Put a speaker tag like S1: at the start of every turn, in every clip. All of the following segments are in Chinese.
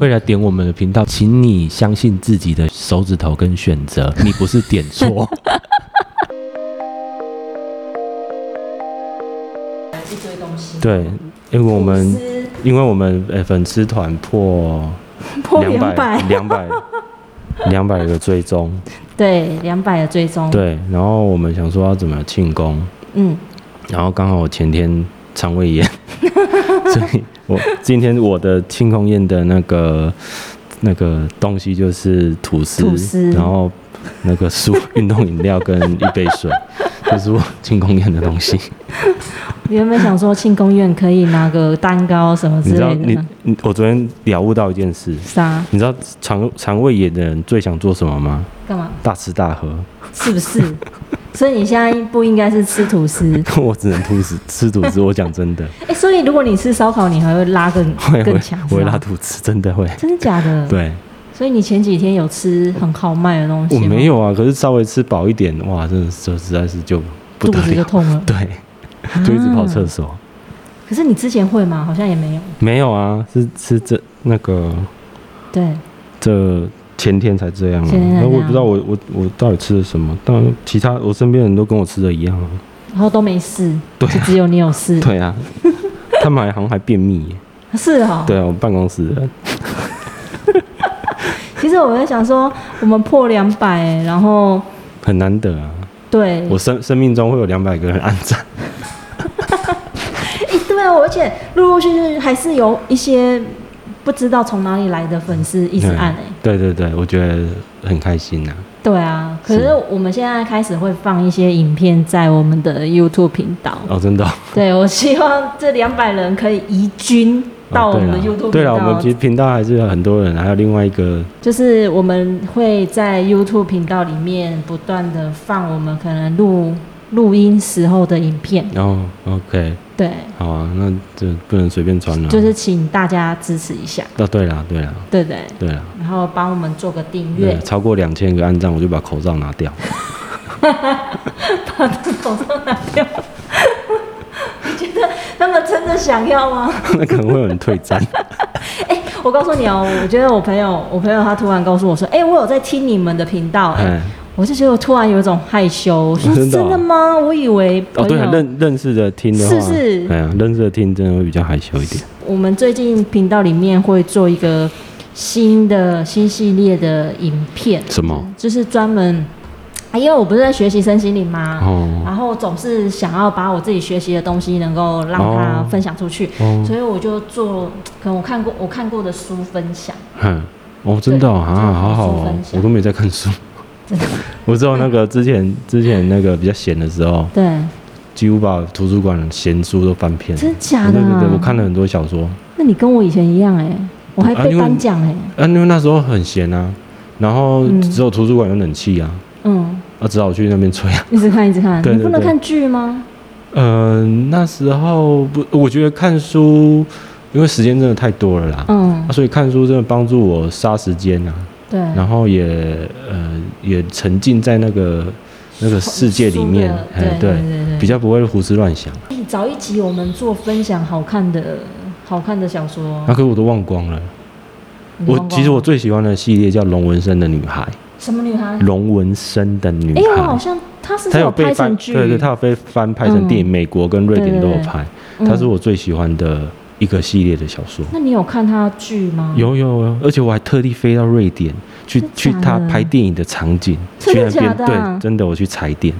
S1: 会来点我们的频道，请你相信自己的手指头跟选 择，你不是点错。
S2: 一堆东 西。
S1: 对，因为我
S2: 吐
S1: 们
S2: 司
S1: 因为我们呃粉丝团破
S2: 破
S1: 两
S2: 两
S1: 百
S2: 百，
S1: 两百两百个追踪，
S2: 对，两百的追踪。，
S1: 对，然后我们想说要怎么庆功，
S2: 嗯，
S1: 然后刚好我前天肠胃炎， 所以我今天我的庆功宴的那个那个东西就是吐司，
S2: 吐司
S1: 然后那个输运动饮料跟一杯 水，这是我庆功宴的东西。
S2: 原本想说庆功宴可以拿个蛋糕什么
S1: 你
S2: 之
S1: 知道，
S2: 类
S1: 你
S2: 的，
S1: 你我昨天了悟到一件事，
S2: 啥
S1: 你知道肠肠胃炎的人最想做什么吗？
S2: 干嘛？
S1: 大吃大喝，
S2: 是不是？所以你现在不应该是吃吐司。
S1: 我只能吐司吃吐司。我讲真的，
S2: 哎、所以如果你吃烧烤，你还会拉更
S1: 会会
S2: 更强，
S1: 我会
S2: 是吧
S1: 拉肚子，真的会。
S2: 真的假的？。
S1: 对，
S2: 所以你前几天有吃很豪迈的东西
S1: 我
S2: 吗
S1: 没，有啊，可是稍微吃饱一点，哇，真的这实在是就不
S2: 肚
S1: 得
S2: 子就
S1: 了，
S2: 痛了。
S1: 对，就一直跑厕
S2: 啊。
S1: 所。
S2: 可是你之前会吗？好像也没有。
S1: 没有啊，是是这那个
S2: 对，
S1: 这前天才这样啊，
S2: 前天才
S1: 那我
S2: 这
S1: 也
S2: 样
S1: 不知道我我我到底吃了什么，但其他我身边人都跟我吃的一样啊。
S2: 然后都没事，
S1: 对啊
S2: 就只有你有事。
S1: 对 啊，他们还好像还便秘耶。
S2: 是哦。
S1: 对啊，我们办公室人，
S2: 其实我在想说，我们破两百，然后
S1: 很难得啊，
S2: 对，
S1: 我生生命中会有两百个人按赞。
S2: 诶对啊，而且陆陆续续还是有一些不知道从哪里来的粉丝一直按哎、
S1: 对对对，我觉得很开心呐、
S2: 对啊，可
S1: 是
S2: 是我们现在开始会放一些影片在我们的 YouTube 频道。
S1: 哦，真的哦、
S2: 对，我希望这两百人可以移军到
S1: 哦
S2: 我
S1: 对
S2: 们
S1: 啦
S2: 的 YouTube
S1: 对
S2: 频
S1: 了，我们
S2: 道
S1: 其，实频道还是有很多人，还有另外一个
S2: 就是我们会在 YouTube 频道里面不断的放我们可能录录音时候的影片。
S1: 哦，OK，
S2: 对，
S1: 好啊，那这不能随便传了。
S2: 就是请大家支持一下，
S1: 哦，对啦，对啦，
S2: 对不对？
S1: 对啦，
S2: 然后帮我们做个订
S1: 对
S2: 阅，
S1: 超过两千个按赞，我就把口罩拿 掉。
S2: 把这口罩拿掉。你觉得他们真的想要吗？
S1: 那可能会有人退 赞。
S2: 哎、我告诉你哦，我觉得我朋友，我朋友他突然告诉我说，哎、我有在听你们的频道、哎、
S1: 哎，
S2: 我就觉得我突然有一种害羞，我说
S1: 真
S2: 真
S1: 的哦
S2: 的吗？我以为
S1: 哦，
S2: 朋
S1: 对
S2: 友
S1: 啊，认认识的听的话，
S2: 是是
S1: 哎呀，认识的听真的会比较害羞一点。
S2: 我们最近频道里面会做一个新的新系列的影片，
S1: 什么？
S2: 就是专门，哎因为我不是在学习身心灵吗？
S1: 哦
S2: 然后总是想要把我自己学习的东西能够让它
S1: 哦
S2: 分享出去，
S1: 哦，
S2: 所以我就做，可能我看过我看过的书分享，
S1: 哼，哦，真的哦
S2: 对
S1: 啊，好好
S2: 做
S1: 哦
S2: 分，享
S1: 我都没在看书。
S2: 真的，
S1: 我知道那个之前之前那个比较闲的时候，
S2: 对，
S1: 几乎把图书馆闲书都翻遍了。
S2: 真假的、
S1: 对
S2: 啊？
S1: 对对，我看了很多小说。
S2: 那你跟我以前一样哎、我还
S1: 啊
S2: 被
S1: 因为
S2: 颁奖哎、
S1: 啊，因为那时候很闲啊，然后
S2: 嗯
S1: 只有图书馆有冷气啊，
S2: 嗯，
S1: 啊，只好去那边吹啊。
S2: 一直看一直看，
S1: 对对
S2: 你不能
S1: 对
S2: 看剧吗？
S1: 嗯、那时候不，我觉得看书，因为时间真的太多了啦，
S2: 嗯
S1: 啊、，所以看书真的帮助我杀时间啊，
S2: 对，
S1: 然后也呃也沉浸在那个那个世界里面
S2: 书的，
S1: 哎
S2: 对对对对，
S1: 比较不会胡思乱想。啊
S2: 哎早一集我们做分享好看的好看的小说
S1: 那、，可是我都忘光了。
S2: 你嗯忘
S1: 啊我
S2: 光
S1: 其实我
S2: 了
S1: 最喜欢的系列叫《龙纹身的女孩
S2: 什么女孩》，？
S1: 龙纹身的女
S2: 嗯哎、我
S1: 孩
S2: 好。像她是不
S1: 它
S2: 是
S1: 有被
S2: 拍
S1: 翻，
S2: 成剧，
S1: 对对，它有被翻拍成电影，美国跟瑞典都有拍。
S2: 嗯
S1: 它是我最喜欢的一个系列的小说。
S2: 那你有看他剧吗？，
S1: 有有有，而且我还特地飞到瑞典去
S2: 真的
S1: 去
S2: 假的
S1: 他拍电影的场景，
S2: 真
S1: 去
S2: 的
S1: 那边
S2: 假的啊
S1: 对，真的我去踩点，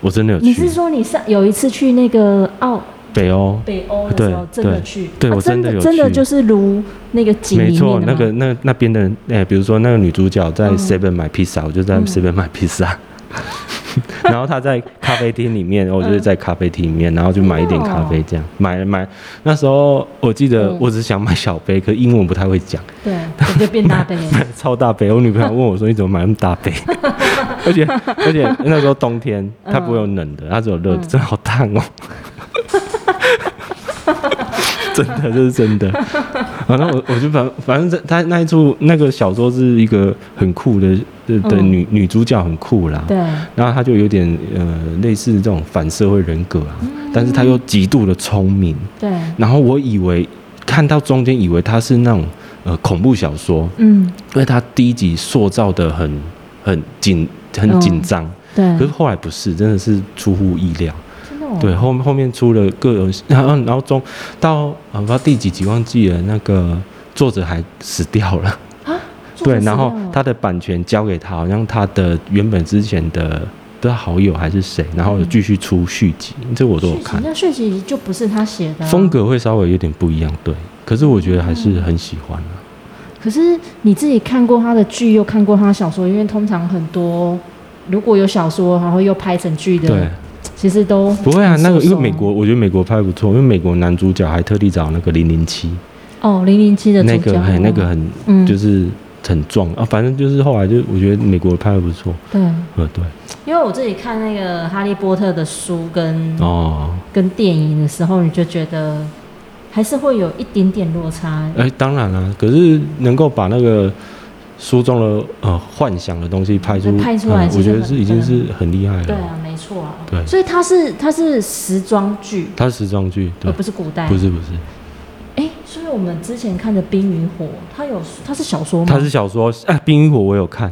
S1: 我真的有
S2: 你
S1: 去
S2: 是说你上有一次去那个澳
S1: 北欧，
S2: 北欧的时
S1: 对
S2: 候真的去？
S1: 对
S2: 啊
S1: 我真
S2: 真
S1: 的有
S2: 真的
S1: 去
S2: 就是如那个景
S1: 没
S2: 里
S1: 错
S2: 面，的
S1: 那
S2: 吗
S1: 个那那边的人，哎、比如说那个女主角在
S2: 嗯
S1: Seven 买披萨，我就在
S2: 嗯
S1: Seven 买披萨。 然后她在咖啡厅里面，我
S2: 嗯
S1: 就是在咖啡厅里面，然后就买一点咖啡，这样买买。那时候我记得
S2: 哦嗯
S1: 我只想买小杯，可英文不太会讲，
S2: 对，我就变大 杯了。
S1: 买超大杯。我女朋友问我说：“你怎么买那么大杯？” 而且而且那时候冬天，它不会有冷的，它只有热的，
S2: 嗯
S1: 真的好烫哦。 真的，这是真的。反正我我就反反正这他那一出那个小说是一个很酷的的的
S2: 嗯
S1: 女、女主角很酷啦，
S2: 对，
S1: 然后她就有点呃类似这种反社会人格啊，
S2: 嗯
S1: 但是她又极度的聪明，
S2: 对，
S1: 然后我以为看到中间以为她是那种呃恐怖小说，
S2: 嗯，
S1: 因为它第一集塑造的很很紧
S2: 嗯
S1: 很紧张，
S2: 对
S1: 可是，后来不是，真的是出乎意料。
S2: 真的、哦，
S1: 对，后后面出了各种， 然后然后中到啊不知道第几集忘记了，那个作者还死掉了。
S2: 啊，做
S1: 对，
S2: 得
S1: 然后
S2: 这样哦
S1: 他的版权交给他，好像他的原本之前的的好友还是谁，然后有继续出续集，这我都有
S2: 续集
S1: 看。
S2: 那续集就不是他写的、啊、嗯
S1: 风。格会稍微有点不一样，对，可是我觉得还是很喜欢啊。
S2: 可是你自己看过他的剧，又看过他的小说，因为通常很多如果有小说，然后又拍成剧
S1: 对
S2: 的，，其实都
S1: 不会啊，
S2: 很
S1: 那个
S2: 受
S1: 因为
S2: 伤
S1: 美国，我觉得美国拍不错，因为美国男主角还特地找那个零零七，
S2: 哦，零零七的
S1: 那
S2: 主角
S1: 个很那个很
S2: 嗯，
S1: 就是很壮啊，反正就是后来就我觉得美国拍的不错，
S2: 对，
S1: 呃，对，
S2: 因为我自己看那个《哈利波特》的书跟、
S1: 哦，
S2: 跟电影的时候，你就觉得还是会有一点点落差。
S1: 哎，当然啦、可是能够把那个书中的呃幻想的东西拍出，
S2: 拍出来
S1: 嗯
S2: 其
S1: 我
S2: 实
S1: 觉得
S2: 很
S1: 是已经是很厉害了。
S2: 对啊，没错啊。
S1: 对
S2: 所以它是它是时装剧，
S1: 它是时装剧，对
S2: 而，哦不是古代。
S1: 不是不是，
S2: 哎、所以我们之前看的《冰与火》，它有它是小说吗？
S1: 它是小说。哎，《冰与火》我有看，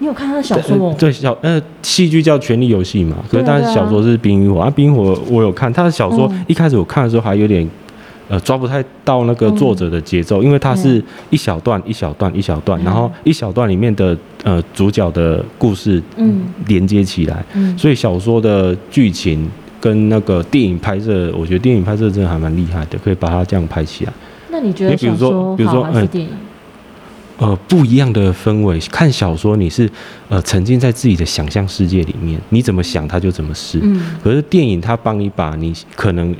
S2: 你有看它的小说、
S1: 呃
S2: 哦？
S1: 对小呃戏剧叫《权力游戏》嘛，可
S2: 对啊
S1: 是它的
S2: 对啊
S1: 小说是《冰与火》，啊，《冰与火》我有看，它的小说、
S2: 嗯
S1: 一开始我看的时候还有点。呃，抓不太到那个作者的节奏，因为它是一小段一小段一小段，
S2: 嗯
S1: 然后一小段里面的呃主角的故事
S2: 嗯
S1: 连接起来，
S2: 嗯，
S1: 所以小说的剧情跟那个电影拍摄，我觉得电影拍摄真的还蛮厉害的，可以把它这样拍起来。
S2: 那你觉得
S1: 你比
S2: 小
S1: 如说
S2: 说
S1: 比如
S2: 好
S1: 说
S2: 还是
S1: 呃
S2: 电影？
S1: 呃，不一样的氛围，看小说你是呃沉浸在自己的想象世界里面，你怎么想它就怎么是。
S2: 嗯
S1: 可是电影它帮你把你可能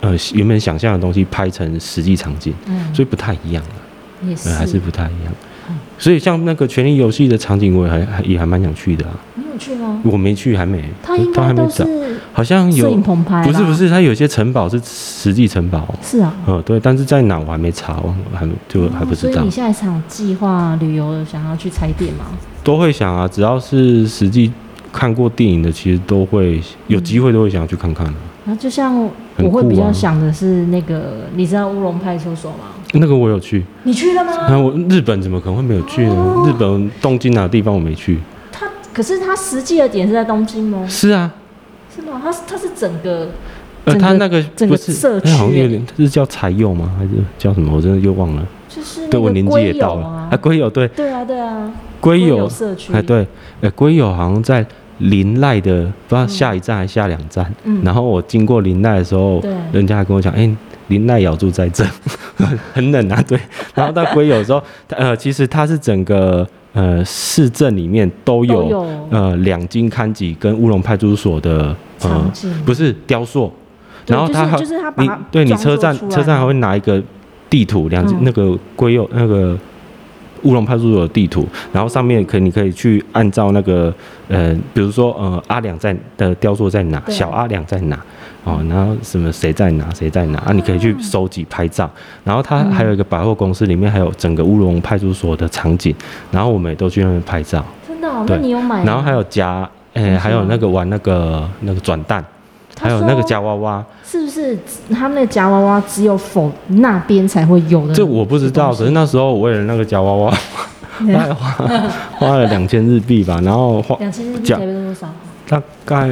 S1: 呃原本想象的东西拍成实际场景，
S2: 嗯，
S1: 所以不太一样、
S2: 以也是、
S1: 呃，还是不太一样
S2: 嗯。
S1: 所以像那个《权力游戏》的场景，我也还还也还蛮想去的啊。
S2: 你有去吗？
S1: 我没去，还没，
S2: 它应
S1: 都还
S2: 该
S1: 没
S2: 都
S1: 找，
S2: 是
S1: 好像
S2: 摄
S1: 有
S2: 影棚拍，啊
S1: 不是不，是，它有些城堡是实际城堡、哦，
S2: 是啊。
S1: 嗯，对，但是在哪我还没查，我还没就还不
S2: 哦
S1: 知
S2: 所以
S1: 道
S2: 你，下一场计划旅游想要去踩点吗？
S1: 都会想啊，只要是实际看过电影的，其实都会有机会都会想要去看看、
S2: 然后就像
S1: 很
S2: 我会
S1: 酷
S2: 比较
S1: 啊
S2: 想的是那个，你知道乌龙派出所吗？
S1: 那个我有去，
S2: 你去了
S1: 那、
S2: 吗？
S1: 我日本怎么可能会没有去呢
S2: 哦？
S1: 日本东京哪个地方我没去？
S2: 它可是它实际的点是在东京吗？
S1: 是啊，
S2: 是吗？它是它是整个
S1: 呃，
S2: 整个
S1: 他那个
S2: 整个
S1: 不是，
S2: 社区欸
S1: 那好像有点，是叫柴柚吗？还是叫什么？我真的又忘了。
S2: 就是那
S1: 对我
S2: 个
S1: 年纪
S2: 龟
S1: 也
S2: 友
S1: 到了
S2: 啊
S1: 啊，，龟友对
S2: 对啊对啊，
S1: 龟
S2: 龟
S1: 友
S2: 友社区，
S1: 哎对，呃，龟友好像在林濑的，不知道下一站还是下两站。
S2: 嗯，
S1: 然后我经过林奈的时候
S2: 对，
S1: 人家还跟我讲，哎、林奈咬住在这， 很冷啊，对。然后到龟友的时候，它呃，其实它是整个呃市政里面都有
S2: 都有
S1: 呃两金刊集跟乌龙派出所的
S2: 场
S1: 呃
S2: 景，
S1: 不是雕塑，
S2: 对
S1: 然后它还、
S2: 就是就是它把
S1: 你
S2: 它
S1: 对你
S2: 装
S1: 车
S2: 作
S1: 站
S2: 出来
S1: 车站还会拿一个地图，两、
S2: 嗯
S1: 那个龟友那个。乌龙派出所的地图，然后上面可你可以去按照那个呃，比如说呃阿两在的雕塑在哪，
S2: 对
S1: 小阿两在哪，哦，然后什么谁在哪谁在哪啊，你可以去
S2: 嗯
S1: 收集拍照。然后它还有一个百货公司，里面还有整个乌龙派出所的场景，然后我们也都去那边拍照。
S2: 真的哦，那
S1: 对
S2: 你有买？
S1: 然后还有夹，
S2: 是
S1: 诶、
S2: 吗
S1: 还有那个玩那个那个转蛋，
S2: 他
S1: 还有那个
S2: 说
S1: 夹娃娃，
S2: 是不是他们的夹娃娃只有否那边才会有的？
S1: 这我不知道。
S2: 东西
S1: 可是那时候我为了那个夹娃娃，
S2: 对
S1: 大概花 花了两千日币吧，然后花
S2: 两千日币
S1: 夹
S2: 台币多少？
S1: 大概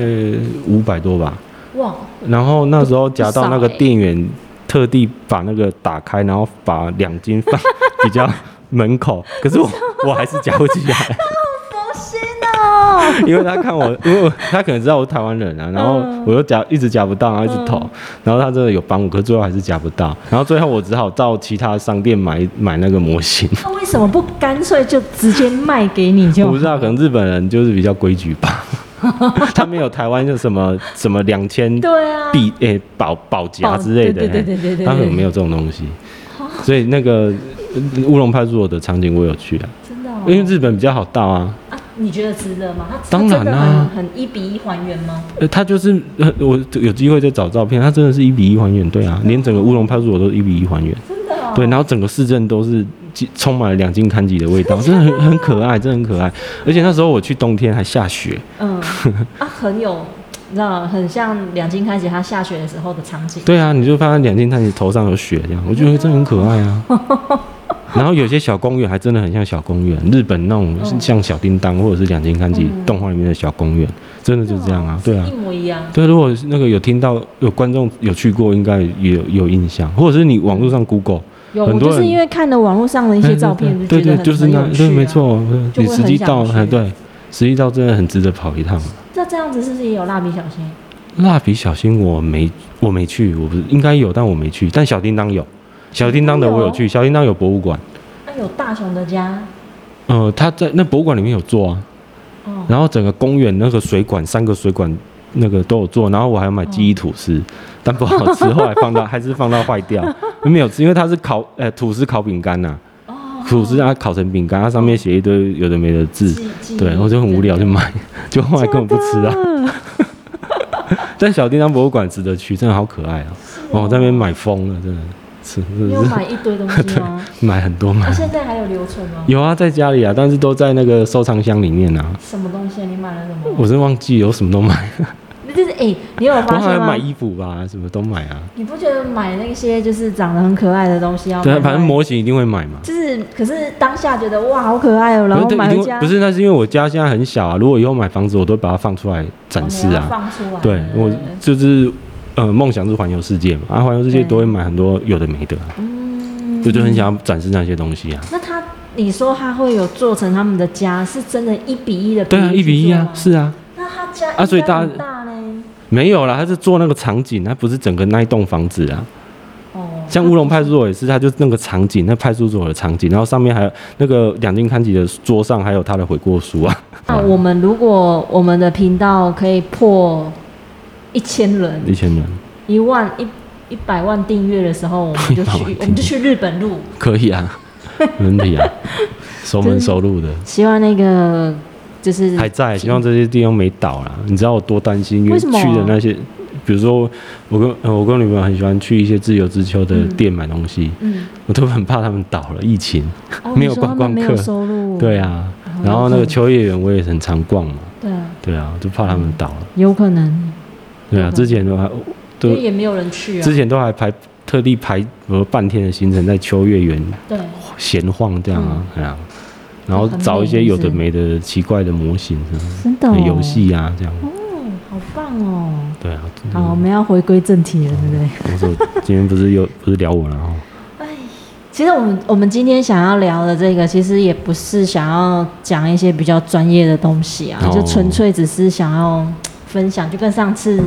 S1: 五百多吧。
S2: 哇，
S1: 然后那时候夹到那个
S2: 不少欸
S1: 店员特地把那个打开，然后把两斤放 比较门口，可是我我还是夹不起来，
S2: 好心哦！
S1: 因为他看我，因为我他可能知道我是台湾人啊，然后
S2: 嗯
S1: 我又夹一直夹不到，然后一直投，
S2: 嗯
S1: 然后他真的有帮我，可是最后还是夹不到，然后最后我只好到其他商店买买那个模型。
S2: 他为什么不干脆就直接卖给你就？
S1: 我不知道，可能日本人就是比较规矩 吧，他们有台湾就什么什么两千
S2: 对啊，
S1: 币诶、保保夹之类的、
S2: 保
S1: 欸，
S2: 对对对对对对哦
S1: 他们有没有这种东西？所以那个呃乌龙派出所的场景我有去啊，
S2: 真的、哦，
S1: 因为日本比较好到啊，
S2: 啊，你觉得值得吗？它它
S1: 当然啊
S2: 真的
S1: 啦
S2: 很很一比一还原吗？
S1: 呃，它就是呃我有机会再找照片，它真的是一比一还原，对啊，连整个乌龙派出所都是一比一还原，
S2: 哦真的、哦，
S1: 对，然后整个市政都是几充满了两斤砍几的味道，真的很很可爱，真的很可爱，而且那时候我去冬天还下雪，
S2: 嗯，啊，很有，你知道，很像两金开始它下雪的时候的场景。
S1: 对啊，你就发现两斤看你头上有雪这样，我觉得真的很可爱啊，然后有些小公园还真的很像小公园，日本那种
S2: 嗯
S1: 像小叮当或者是两金刊集
S2: 嗯
S1: 动画里面的小公园，真的就这样啊，对啊
S2: 哦一。模一样。
S1: 对，如果是那个有听到有观众有去过，应该也有有印象，或者是你网络上 Google
S2: 有，
S1: 很
S2: 我
S1: 多
S2: 就是
S1: 人
S2: 因为看了网络上的一嗯些照片，
S1: 对
S2: 就觉
S1: 对，
S2: 得
S1: 就是
S2: 很
S1: 那，
S2: 很有趣、
S1: 对，
S2: 啊。
S1: 没错，
S2: 就
S1: 你
S2: 会
S1: 实
S2: 很
S1: 际
S2: 想
S1: 到，
S2: 去
S1: 哎对，实际到真的很值得跑一趟。
S2: 那这样子是不是也有蜡笔小新？啊
S1: 蜡笔小新我没我没去，我不是应该有，但我没去。但小叮当有，小叮当的我有去，小叮当有博物馆，
S2: 那、有大雄的家
S1: 呃，他在那博物馆里面有做啊，
S2: 哦，
S1: 然后整个公园那个水管三个水管那个都有做，然后我还有买记忆吐司，但不好 吃，后来放到还是放到坏掉，没有吃，因为它是烤呃吐司烤饼干呐、
S2: 哦，
S1: 吐司它烤成饼干，它啊上面写一堆有的没的字，
S2: 记记忆
S1: 对，我就很无聊就买，就后来根本不吃啊。 但小叮当博物馆值得去，真的好可爱啊！哦，我在那边买疯了，真的是
S2: 对你
S1: 是
S2: 有
S1: 是
S2: 买一堆东 西吗？
S1: 买很多买
S2: 啊，
S1: 很多。
S2: 现在还有留存吗？
S1: 有啊，在家里啊，但是都在那个收藏箱里面啊。
S2: 什么东西啊？你买了什么？
S1: 我真忘记有什么都买，
S2: 那就是哎、你有
S1: 我
S2: 发
S1: 好
S2: 现
S1: 像买
S2: 吗？
S1: 衣服吧，什么都买啊。
S2: 你不觉得买那些就是长得很可爱的东西要
S1: 对啊，
S2: 哦买
S1: 反正
S2: 回来
S1: 模型一定会买嘛。
S2: 就是，可是当下觉得哇好可爱哦、然后
S1: 不是
S2: 买
S1: 一
S2: 回
S1: 定会
S2: 家
S1: 不是，那是因为我家现在很小啊。如果以后买房子，我都会把它放出来展示
S2: 哦你
S1: 啊
S2: 要。放出来，
S1: 对我就是呃，梦想是环游世界嘛，啊，环游世界都会买很多有的没的、啊，
S2: 嗯
S1: 我就很想要展示那些东西啊。
S2: 那他，你说他会有做成他们的家，是真的一比一的？
S1: 对啊，一比一啊，。是啊，
S2: 那他家
S1: 啊所以
S2: 应该
S1: 大家
S2: 很大呢？
S1: 没有啦，他是做那个场景，他不是整个那一栋房子啊。
S2: 哦，
S1: 像乌龙派出所也是，他就那个场景，那派出所的场景，然后上面还有那个两金刊集的桌上还有他的悔过书啊。
S2: 那我们如果我们的频道可以破一千人、
S1: 一千人
S2: 一万一一百万订阅的时候，我们就
S1: 一百万订
S2: 去
S1: 阅，
S2: 我们就去日本录。
S1: 可以啊， 没问题啊，熟门熟路的。
S2: 希望那个就是
S1: 还在，希望这些地方没倒啦。你知道我多担心，因
S2: 为什么
S1: 去的那些，比如说我跟呃我跟我女朋友很喜欢去一些自由之丘的店买东西，
S2: 嗯，
S1: 我都很怕他们倒了，疫情。
S2: 哦
S1: 没有
S2: 你说他们
S1: 观光
S2: 没有
S1: 客
S2: 收入，
S1: 对啊，然后那个秋叶原我也很常逛嘛，
S2: 对啊，
S1: 对啊，就怕他们倒了。
S2: 有可能，
S1: 对啊，
S2: 嗯
S1: 之前都还
S2: 因
S1: 都
S2: 为也没有人去啊
S1: 之。前都还排特地排了半天的行程在秋叶原
S2: 对，
S1: 闲晃这样啊，哎
S2: 嗯
S1: 呀，然后
S2: 很美
S1: 找一些有
S2: 是
S1: 的
S2: 不是
S1: 没的奇怪的模型啊，
S2: 真的哦
S1: 游，戏啊这样，
S2: 哦，好棒哦。
S1: 对啊。
S2: 好，我们要回归正题了，对不对？
S1: 我说今天不是又不是聊我了哦，
S2: 其实我们我们今天想要聊的这个，其实也不是想要讲一些比较专业的东西啊，
S1: 哦
S2: 就纯粹只是想要嘖分享，就跟上次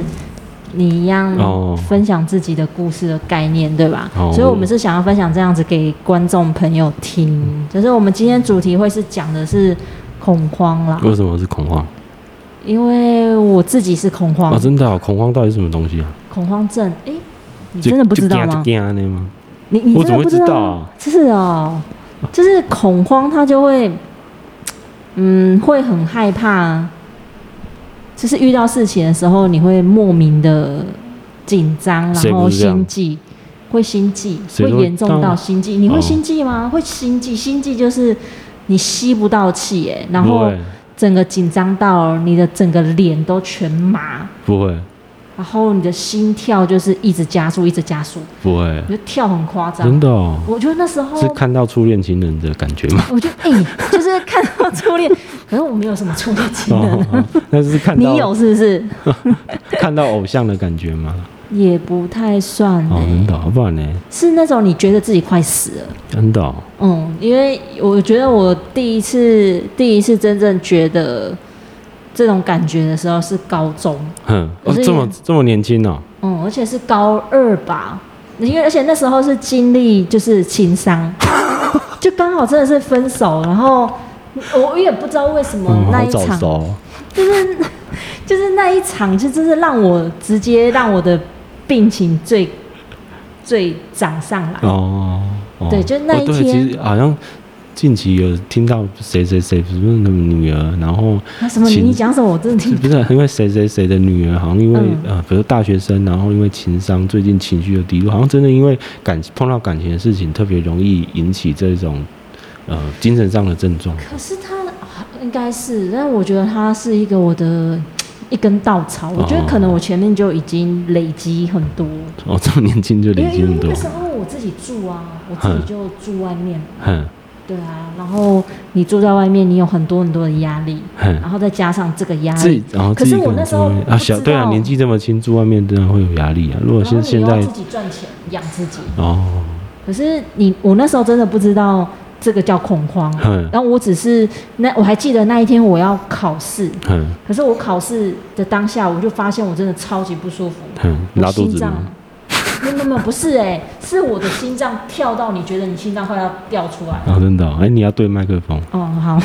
S2: 你一样
S1: 哦，
S2: 分享自己的故事的概念，对吧？
S1: 哦
S2: 所以我们是想要分享这样子给观众朋友听，就是我们今天主题会是讲的是恐慌啦，
S1: 为什么是恐慌？
S2: 哦因为我自己是恐慌、
S1: 啊，真的、哦，恐慌到底是什么东西啊？
S2: 恐慌症，诶，你
S1: 就
S2: 真的不知道吗？
S1: 就怕就怕那吗？
S2: 你你
S1: 我
S2: 真的
S1: 怎么
S2: 不
S1: 会知道
S2: 道
S1: 啊？
S2: 是哦，就是恐慌，他就会，嗯，会很害怕，就是遇到事情的时候，你会莫名的紧张，
S1: 谁
S2: 然
S1: 不
S2: 后
S1: 是这样
S2: 心悸，会心悸，
S1: 谁
S2: 会
S1: 都会
S2: 严重
S1: 到
S2: 到心悸。你会
S1: 哦
S2: 心悸吗？会心悸，心悸就是你吸不到气，哎，然
S1: 不
S2: 后
S1: 会，
S2: 整个紧张到你的整个脸都全麻，
S1: 不会，
S2: 然后你的心跳就是一直加速，一直加速，
S1: 不会，
S2: 你就跳很夸张。
S1: 真的、哦，
S2: 我觉得那时候
S1: 是看到初恋情人的感觉 吗？
S2: 我就哎、就是看到初恋， 可是我没有什么初恋情人，
S1: 哦，哦那是看
S2: 你
S1: 到
S2: 有是不是？
S1: 看到偶像的感觉 吗？
S2: 也不太算、
S1: 哦，真
S2: 欸，
S1: 的哦、不然呢？
S2: 是那种你觉得自己快死了，
S1: 真的、哦，
S2: 嗯，因为我觉得我第一次第一次真正觉得这种感觉的时候是高中，
S1: 哼，
S2: 可
S1: 哦，
S2: 是
S1: 这么这么年轻哦，
S2: 嗯，而且是高二吧，因为而且那时候是经历就是 情伤，就刚好真的是分手，然后我也不知道为什么
S1: 嗯，
S2: 那
S1: 好
S2: 一
S1: 早
S2: 场。
S1: 熟哦，
S2: 就是就是那一场，就真是让我直接让我的病情最最涨上来。
S1: 哦，哦
S2: 对就那一
S1: 哦对
S2: 天
S1: 其实好像近期有听到谁谁谁，不是那个女儿，然后
S2: 那什么？你
S1: 请
S2: 你讲什么？我真的
S1: 是
S2: 听不
S1: 不是因为谁谁谁的女儿，好像因为、
S2: 嗯
S1: 呃，比如大学生，然后因为情商，最近情绪的低落，好像真的因为感碰到感情的事情，特别容易引起这种呃精神上的症状。
S2: 可是他啊应该是，但我觉得他是一个我的一根稻
S1: 哦
S2: 草。我觉得可能我前面就已经累积很多，
S1: 哦，这么年轻就
S2: 因
S1: 累
S2: 为
S1: 积
S2: 因
S1: 很
S2: 为那
S1: 多
S2: 个时候我自己住啊，我自己就住外面，
S1: 哼
S2: 对啊，然后你住在外面，你有很多很多的压力，
S1: 哼，
S2: 然后再加上这个压
S1: 自
S2: 力
S1: 己，然后
S2: 啊可
S1: 自
S2: 是
S1: 己
S2: 我
S1: 一个
S2: 那
S1: 人
S2: 时
S1: 住
S2: 候
S1: 外面啊，
S2: 不
S1: 小
S2: 知
S1: 对啊，
S2: 道
S1: 年纪这么轻住外面当然会有压力啊。如果
S2: 然后
S1: 是
S2: 你
S1: 现
S2: 又要
S1: 在
S2: 自己赚钱养自己，
S1: 哦，
S2: 可是你我那时候真的不知道这个叫恐慌，
S1: 哼
S2: 然后我只是那我还记得那一天我要考试，
S1: 哼
S2: 可是我考试的当下我就发现我真的超级不舒服，
S1: 哼，
S2: 我
S1: 拉肚
S2: 心
S1: 子
S2: 脏
S1: 吗？
S2: 没有没有没有不是哎、是我的心脏跳到你觉得你心脏快要掉出来，
S1: 哦，真的哦，哎，你要对麦克风，
S2: 哦好，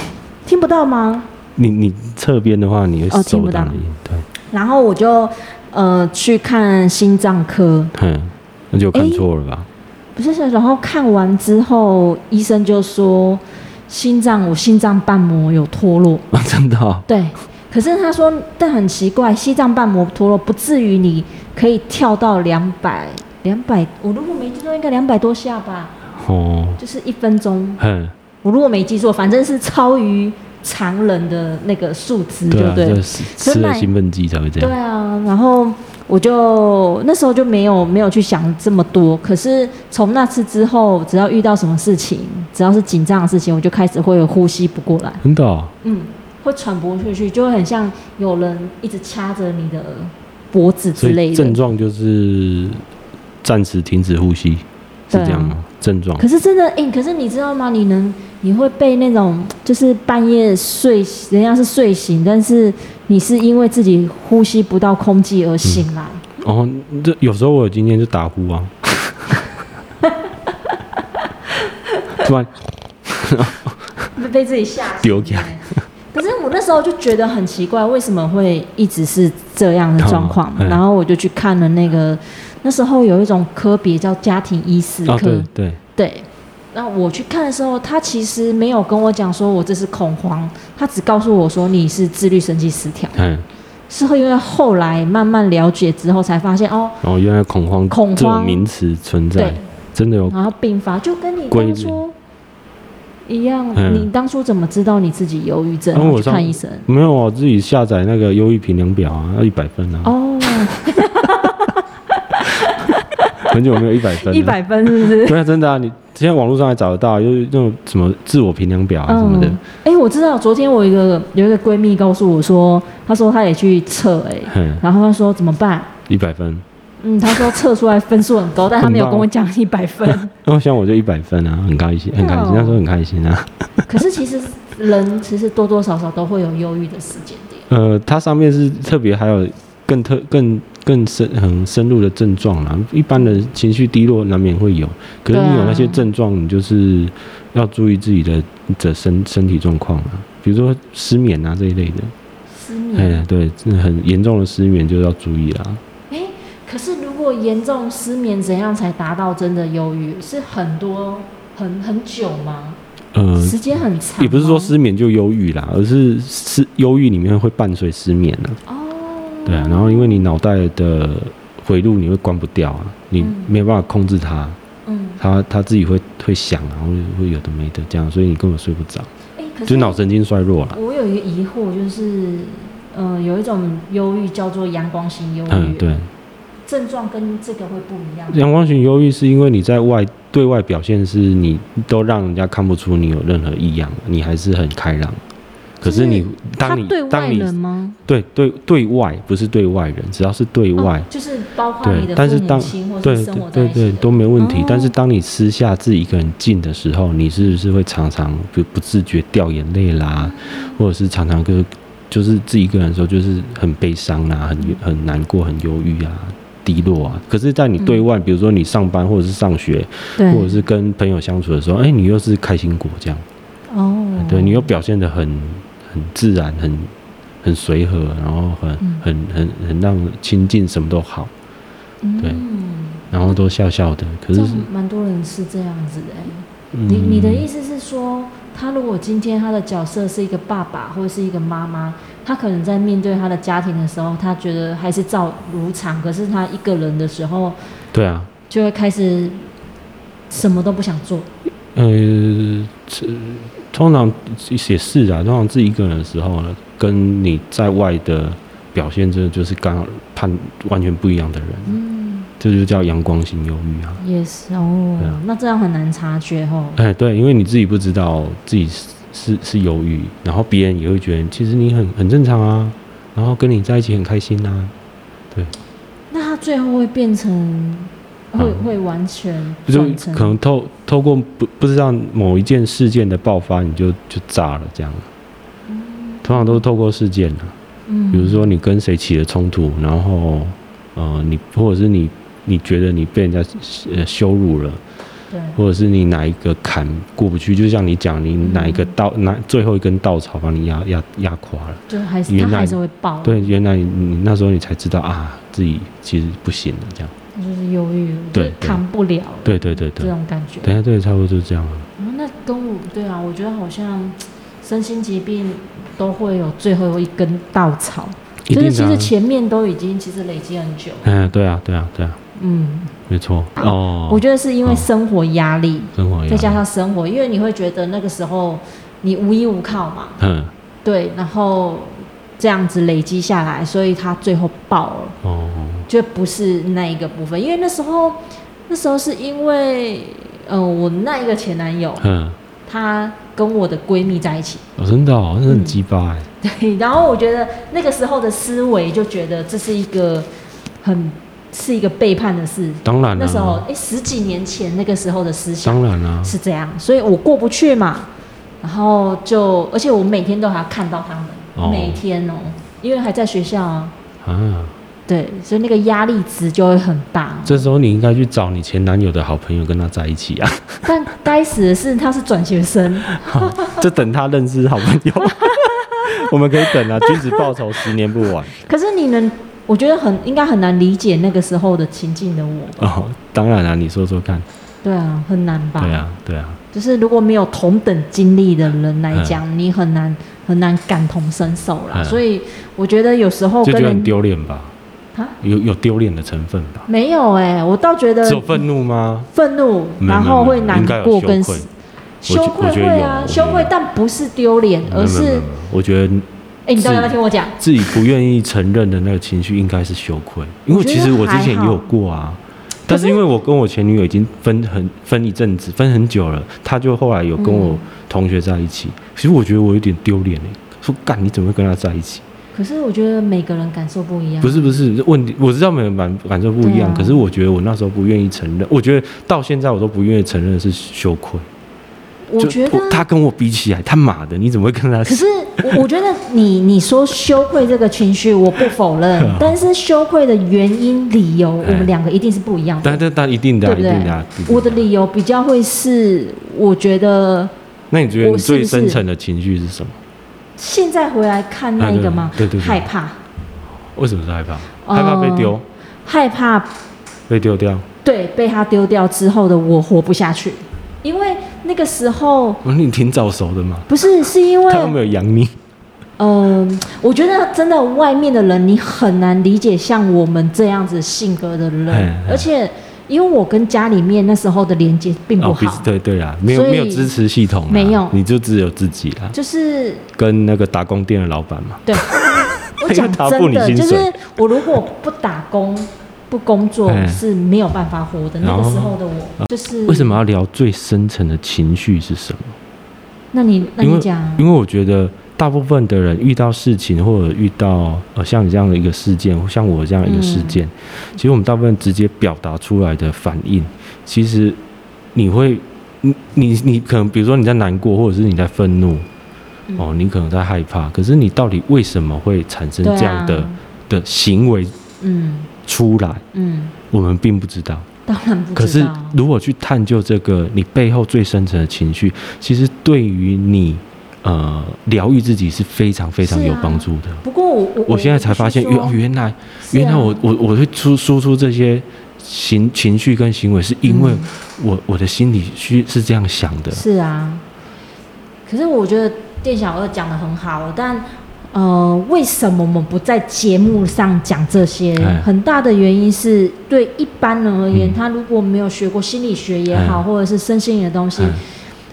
S2: 听不到吗？
S1: 你你侧边的话，你
S2: 哦
S1: 会
S2: 听
S1: 手
S2: 不到
S1: 挡音，对，
S2: 然后我就呃去看心脏科，
S1: 哼，那就
S2: 哎
S1: 看错了吧？
S2: 不是是，然后看完之后医生就说心脏我心脏瓣膜有脱落。
S1: 啊， 真的哦，
S2: 对，可是他说，但很奇怪，西藏瓣膜脱落不至于你可以跳到两百两百，我如果没记错，应该两百多下吧，
S1: 哦，
S2: 就是一分钟。
S1: 哼，
S2: 我如果没记错，反正是超于常人的那个数值，对
S1: 对
S2: 不
S1: 啊，
S2: 嗯对
S1: 这？是
S2: 所以
S1: 吃了
S2: 麦
S1: 兴奋剂才会这
S2: 对
S1: 样。
S2: 啊，然后我就那时候就没有没有去想这么多。可是从那次之后，只要遇到什么事情，只要是紧张的事情，我就开始会呼吸不过来。
S1: 真的、哦，
S2: 嗯，会喘不过去，就会很像有人一直掐着你的脖子之
S1: 所
S2: 类
S1: 以症
S2: 的。
S1: 状就是暂时停止呼吸，是
S2: 对啊
S1: 这样吗？症状
S2: 可是真的，哎、可是你知道吗？你能，你会被那种就是半夜睡，人家是睡醒，但是你是因为自己呼吸不到空气而醒来。
S1: 哦，这有时候我有今天就打呼 啊，突然啊
S2: 被被自己吓死
S1: 嗯丢给他
S2: 对可是我那时候就觉得很奇怪，为什么会一直是这样的状况？
S1: 嗯
S2: 然后我就去看了那个，那时候有一种科别叫家庭医师
S1: 啊，
S2: 科，
S1: 对对，
S2: 对。那我去看的时候，他其实没有跟我讲说我这是恐慌，他只告诉我说你是自律神经失调，
S1: 嗯，
S2: 是会因为后来慢慢了解之后才发现哦，
S1: 然后原来恐慌
S2: 恐慌
S1: 这种名词存在
S2: 对，，
S1: 真的有
S2: 然后并发就跟你
S1: 归
S2: 当初一样，
S1: 嗯
S2: 你当初怎么知道你自己忧郁症？
S1: 啊
S2: 然后
S1: 我
S2: 去
S1: 上
S2: 看医生。
S1: 没有啊？我自己下载那个忧郁评量表啊，要一百分啊，
S2: 哦，
S1: 很久没有一百分，
S2: 一。百分是不是？
S1: 对啊，真的啊，你现在网络上还找得到，就是那种什么自我评量表 啊什么的，，
S2: 哎、我知道，昨天我有一个有一个闺蜜告诉我说，她说她也去测，哎，
S1: 嗯，
S2: 然后她说怎么办？
S1: 一百分。
S2: 嗯，她说测出来分数很高，但她没有跟我讲一 百分。
S1: 然后像我就一百分啊，很开心，很开心，
S2: 哦
S1: 那时候很开心啊。
S2: 可是其实人其实多多少少都会有忧郁的时间点。
S1: 呃，它上面是特别还有更特更更深很深入的症状啦。一般的情绪低落难免会有，可是
S2: 对啊
S1: 你有那些症状，你就是要注意自己的的身身体状况啊，比如说失眠啊这一类的。
S2: 失
S1: 哎、
S2: 眠，
S1: 对，真的很严重的失眠就要注意啦。
S2: 哎、可是如果严重失眠，怎样才达到真的忧郁？是很多很很久吗？
S1: 呃，
S2: 时间很长吗？
S1: 也不是说失眠就忧郁啦，而是失忧郁里面会伴随失眠啊。
S2: 哦，
S1: 对啊，然后因为你脑袋的回路你会关不掉啊，你
S2: 嗯
S1: 没有办法控制它，啊
S2: 嗯，
S1: 它它自己会会想啊，会会有的没的这样，所以你根本睡不着，
S2: 哎、可
S1: 就是是脑神经衰弱了。
S2: 我有一个疑惑，就是，呃，有一种忧郁叫做阳光型忧郁，
S1: 嗯，对，
S2: 症状跟这个会不一样。
S1: 阳光型忧郁是因为你在外对外表现是你都让人家看不出你有任何异样，你还是很开朗。可是你
S2: 就是他
S1: 当你
S2: 对外
S1: 当你
S2: 人吗？
S1: 对对对外不是对外人，只要是对外
S2: 哦，就是包括
S1: 对
S2: 你的
S1: 但是
S2: 父母
S1: 当
S2: 亲或
S1: 对
S2: 是
S1: 对
S2: 生活在
S1: 对
S2: 一起
S1: 对
S2: 的
S1: 都没问题。但是
S2: 哦
S1: 当你私下自己一个人静的时候，你是不是会常常不不自觉掉眼泪啦，或者是常常就是就是自己一个人的时候，就是很悲伤啦，很很难过、很忧郁啊、低落啊。可是，在你对外，比如说你上班或者是上学，
S2: 嗯对
S1: 或者是跟朋友相处的时候，哎，你又是开心果这样，
S2: 哦，
S1: 对你又表现的很很自然、很很随和，然后很
S2: 嗯
S1: 很很很让亲近，什么都好。对
S2: 嗯
S1: 然后都笑笑的，可
S2: 这
S1: 是
S2: 样蛮多人是这样子的欸、
S1: 嗯
S2: 你你的意思是说，他如果今天他的角色是一个爸爸或者是一个妈妈，他可能在面对他的家庭的时候，他觉得还是照如常，可是他一个人的时候，
S1: 对啊，
S2: 就会开始什么都不想做。
S1: 呃，这通常也是啊，通常自己一个人的时候呢，跟你在外的表现，真的就是刚好判完全不一样的人。
S2: 嗯，
S1: 这就叫阳光型忧郁啊。
S2: 也是哦
S1: 对啊，
S2: 那这样很难察觉哦。
S1: 哎，对，因为你自己不知道自己是是是忧郁，然后别人也会觉得其实你很很正常啊，然后跟你在一起很开心啊，
S2: 那他最后会变成，会、
S1: 嗯
S2: 会完全
S1: 就
S2: 转成
S1: 可能透透过不不知道某一件事件的爆发，你就就炸了这样。通常都是透过事件啊，
S2: 嗯，
S1: 比如说你跟谁起了冲突，然后呃你或者是你你觉得你被人家呃羞辱了，
S2: 对，
S1: 或者是你哪一个坎过不去，就像你讲你哪一个
S2: 嗯
S1: 稻哪最后一根稻草把你压压压垮了。
S2: 就还是
S1: 原
S2: 他
S1: 来
S2: 还是会爆，
S1: 对，，原来你你那时候你才知道啊，自己其实不行了，这样。
S2: 那就是忧郁，
S1: 对
S2: 就是扛不了了
S1: 对对对
S2: 这
S1: 对，
S2: 种感觉。
S1: 等一下对，差不多就这样了。
S2: 嗯那跟我对啊，我觉得好像身心疾病都会有最后一根稻草，
S1: 一
S2: 就是
S1: 定
S2: 其
S1: 的、
S2: 实
S1: 啊。
S2: 前面都已经其实累积很久，
S1: 嗯，对啊，对啊，对啊，
S2: 嗯，
S1: 没错。哦，
S2: 我觉得是因为
S1: 哦啊
S2: 生活压力，
S1: 生活压力
S2: 再加上生活，因为你会觉得那个时候你无依无靠嘛，
S1: 嗯
S2: 对，然后这样子累积下来，所以他最后爆了，
S1: 哦
S2: 就不是那一个部分，因为那时候那时候是因为呃我那一个前男友
S1: 嗯，
S2: 他跟我的闺蜜在一起，
S1: 哦真的哦，那很鸡巴哎。
S2: 对，然后我觉得那个时候的思维就觉得这是一个很是一个背叛的事，
S1: 当然
S2: 那时候
S1: 啦，
S2: 哎十几年前那个时候的思想。
S1: 当然啦，
S2: 是这样，所以我过不去嘛。然后就，而且我每天都还要看到他们，
S1: 哦
S2: 每天哦，因为还在学校啊，
S1: 啊，
S2: 对，所以那个压力值就会很大。
S1: 这时候你应该去找你前男友的好朋友跟他在一起啊，
S2: 但该死的是，他是转学生，
S1: 就等他认识好朋友。 我们可以等啊，君子报仇，十年不晚。
S2: 可是你能，我觉得很应该很难理解那个时候的情境的我，
S1: 哦，当然啦，你说说看。
S2: 对啊，很难吧？
S1: 对啊，对啊，
S2: 就是如果没有同等经历的人来讲，你很难很难感同身受啦。
S1: 嗯
S2: 所以我觉得有时候
S1: 这
S2: 跟
S1: 就很
S2: 人
S1: 丢脸吧？
S2: 啊
S1: 有有丢脸的成分吧？
S2: 没有哎、我倒觉得
S1: 只有愤怒吗？
S2: 愤怒，
S1: 没有
S2: 然后
S1: 没
S2: 会
S1: 有没有
S2: 难
S1: 应该有
S2: 过
S1: 羞
S2: 跟
S1: 愧
S2: 死
S1: 我觉
S2: 羞愧
S1: 我觉得
S2: 会
S1: 有
S2: 啊，
S1: 我觉
S2: 羞
S1: 得
S2: 愧
S1: 有，
S2: 但不是丢脸，
S1: 没有
S2: 而
S1: 没
S2: 是
S1: 有没有我觉得
S2: 哎，你到底要不要
S1: 是
S2: 听我讲？
S1: 自己不愿意承认的那个情绪应该是羞愧，因为其实我之前也有过啊。
S2: 可
S1: 但
S2: 是
S1: 是因为我跟我前女友已经分很分一阵子，分很久了，她就后来有跟我同学在一起。其实我觉得我有点丢脸哎，说干你怎么会跟她在一起？
S2: 可是我觉得每个人感受不一样，
S1: 不是不是问题，我知道每个人感感受不一样，
S2: 嗯对啊
S1: 可是我觉得我那时候不愿意承认，我觉得到现在我都不愿意承认是羞愧。
S2: 我
S1: 就
S2: 觉得，
S1: 他跟我比起来，他妈的你怎么会跟他？
S2: 可是我 我觉得你你说羞愧这个情绪，我不否 认，但是羞愧的原因理由，我
S1: 哎
S2: 们两个一定是不一样
S1: 但
S2: 的，
S1: 但但一定的、啊，
S2: 对不
S1: 一定的、
S2: 对
S1: 啊。一定？
S2: 我的理由比较会是，我觉得
S1: 那你觉得
S2: 我
S1: 你
S2: 是
S1: 最
S2: 不是
S1: 深层的情绪是什么？
S2: 现在回来看那
S1: 哎
S2: 一
S1: 对
S2: 个吗？
S1: 对对对
S2: 害怕，
S1: 为什么是害怕？
S2: 呃
S1: 害怕被丢，
S2: 害怕
S1: 被丢掉。
S2: 对，被他丢掉之后的我活不下去，因为那个时候
S1: 我说哦你挺早熟的嘛，
S2: 不是是因为
S1: 他都没有养你。
S2: 嗯、我觉得真的外面的人你很难理解像我们这样子性格的
S1: 嘿
S2: 人，
S1: 嘿
S2: 而且因为我跟家里面那时候的连接并不
S1: 哦，不
S2: 好
S1: 是，，对对啊，没有
S2: 所以
S1: 没有支持系统啊，
S2: 没有
S1: 你就只有自己啦，
S2: 就是
S1: 跟那个打工店的老板嘛。
S2: 对，我讲
S1: 他付
S2: 真
S1: 你
S2: 的，
S1: 薪
S2: 就是
S1: 水
S2: 我如果不打工。不工作
S1: 嘿
S2: 是没有办法活的。那个
S1: 然后啊
S2: 时候的我，就是
S1: 为什？么要聊最深层的情绪是什么？
S2: 那你那
S1: 因
S2: 你
S1: 为
S2: 讲啊，
S1: 因为我觉得大部分的人遇到事情或者遇到呃像你这样的一个事件，或像我这样的一个事件，
S2: 嗯
S1: 其实我们大部分直接表达出来的反应，其实你会，你你你可能比如说你在难过，或者是你在愤怒，
S2: 嗯
S1: 哦，你可能在害怕，可是你到底为什么会产生
S2: 对
S1: 这样的、
S2: 啊，
S1: 的行为
S2: 嗯
S1: 出来？
S2: 嗯，
S1: 我们并不知道。
S2: 当然不
S1: 可
S2: 知
S1: 是
S2: 道。
S1: 如果去探究这个你背后最深层的情绪，其实对于你呃疗愈自己是非常非常
S2: 是啊
S1: 有帮助的。
S2: 不过我我
S1: 我现在才发现，
S2: 必须
S1: 原
S2: 说
S1: 原来、
S2: 是啊
S1: 原来我我我会出输出这些情情绪跟行为，是因为
S2: 嗯
S1: 我、我的心里需是这样想的。
S2: 是啊，可是我觉得店小二讲的很好，但呃，为什么我们不在节目上讲这些？
S1: 哎
S2: 很大的原因是对一般人而言，
S1: 嗯
S2: 他如果没有学过心理学也好，
S1: 哎
S2: 或者是身心灵的东西，
S1: 嗯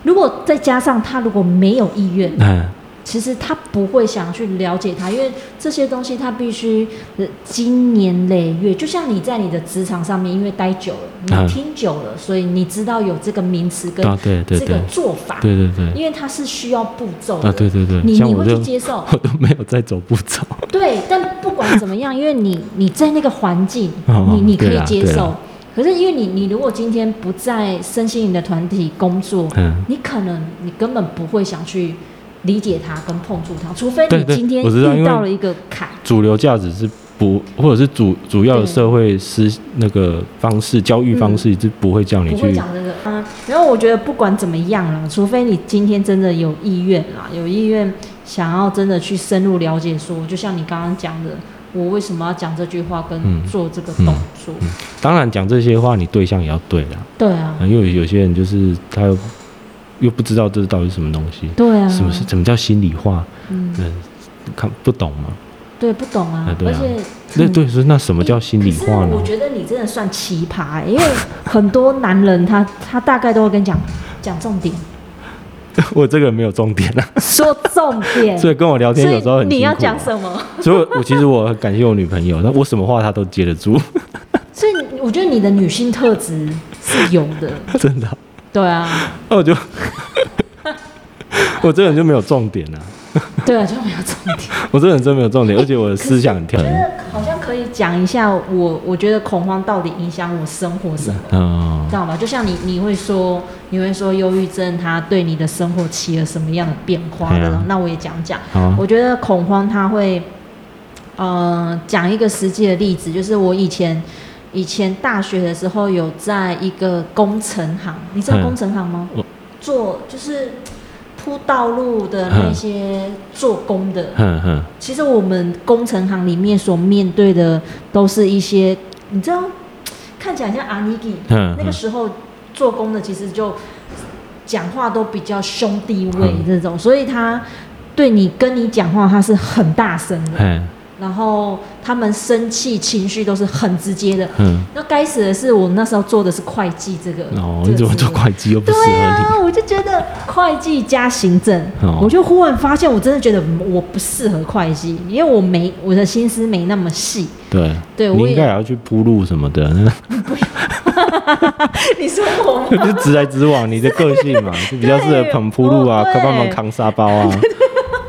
S2: 如果再加上他如果没有意愿，
S1: 嗯，
S2: 其实他不会想去了解它，因为这些东西他必须呃经年累月。就像你在你的职场上面，因为待久了，
S1: 嗯
S2: 你听久了，所以你知道有这个名词跟
S1: 啊，对对
S2: 这个
S1: 对，
S2: 做法，
S1: 对对对，
S2: 因为它是需要步骤
S1: 嗯
S2: 的。
S1: 啊，对对对，
S2: 你
S1: 像
S2: 你
S1: 我
S2: 会去
S1: 就
S2: 接受，
S1: 我都没有在走步骤，
S2: 对，但不管怎么 样，因为你你在那个环境，
S1: 哦
S2: 你你可
S1: 对
S2: 以
S1: 啦
S2: 接
S1: 对啦
S2: 受。可是因为你你如果今天不在身心灵的团体工作，
S1: 嗯，
S2: 你可能你根本不会想去理解它跟碰触它，除非
S1: 对
S2: 你
S1: 对
S2: 今天
S1: 我知道因
S2: 遇
S1: 为
S2: 到了一个坎。
S1: 主流价值是不，或者是主主要的
S2: 对嗯
S1: 社会思那个方式教育方式是不会叫你
S2: 不会
S1: 去
S2: 讲这个，嗯，然后我觉得不管怎么样啦，除非你今天真的有意愿啦，有意愿想要真的去深入了解说，就像你刚刚讲的，我为什么要讲这句话跟
S1: 嗯
S2: 做这个
S1: 嗯嗯
S2: 动作？
S1: 当然讲这些话，你对象也要对啦，
S2: 对啊，
S1: 因为有些人就是他又又不知道这到底是什么东西，
S2: 对啊，
S1: 什么是怎么叫心里话，
S2: 嗯，
S1: 嗯，看不懂嘛？
S2: 对，不懂啊，
S1: 啊对啊
S2: 而且
S1: 那
S2: 嗯
S1: 对，所以那什么叫心里话
S2: 可是
S1: 呢
S2: 我？觉得你真的算奇葩、欸，因为很多男人他他大概都会跟你讲讲重点，
S1: 我这个人没有重点啊，
S2: 说重 点，
S1: 所以跟我聊天有时候
S2: 所以
S1: 很辛苦啊
S2: 你要讲什么？
S1: 所以我，我其实我很感谢我女朋友，那我什么话她都接得住，
S2: 所以我觉得你的女性特质是有的，
S1: 真的啊。
S2: 对啊，
S1: 那我就 我这个人就没有重点啊，
S2: 对啊，就没有重点。
S1: 我这个人真没有重点，而且我的思想很跳
S2: 我觉。 得好像可以讲一下我，我觉得恐慌到底影响我生活什么。
S1: 嗯
S2: 知，道吗？就像你，你会说，你会说忧郁症它对你的生活起了什么样的变化
S1: 对啊？
S2: 那我也讲讲。
S1: 好啊，
S2: 我觉得恐慌它会，呃，讲一个实际的例子，就是我以前以前大学的时候有在一个工程行，你知道
S1: 嗯
S2: 工程行吗
S1: 我？
S2: 做就是铺道路的那
S1: 嗯
S2: 些做工的，
S1: 哼哼，
S2: 其实我们工程行里面所面对的都是一些，你知道，看起来像阿尼基，
S1: 嗯
S2: 那个时候做工的其实就讲话都比较兄弟味
S1: 嗯
S2: 这种，所以他对你跟你讲话他是很大声的，
S1: 嗯
S2: 然后他们生气情绪都是很直接的。
S1: 嗯，
S2: 那该死的是，我那时候做的是会计这个，
S1: 哦，
S2: 这个
S1: 你怎么
S2: 职
S1: 做
S2: 位
S1: 会计又不
S2: 对
S1: 适合
S2: 啊，我就觉得会计加行政，
S1: 哦
S2: 我就忽然发现，我真的觉得我不适合会计，因为我没我的心思没那么细。
S1: 你？对，
S2: 对
S1: 你
S2: 我
S1: 应该也
S2: 也，
S1: 要去铺路什么的， 那
S2: 你说我吗？
S1: 就直来直往，你的个性 嘛，就比较适合捧铺路啊，
S2: 哦对
S1: 帮忙扛沙包 啊，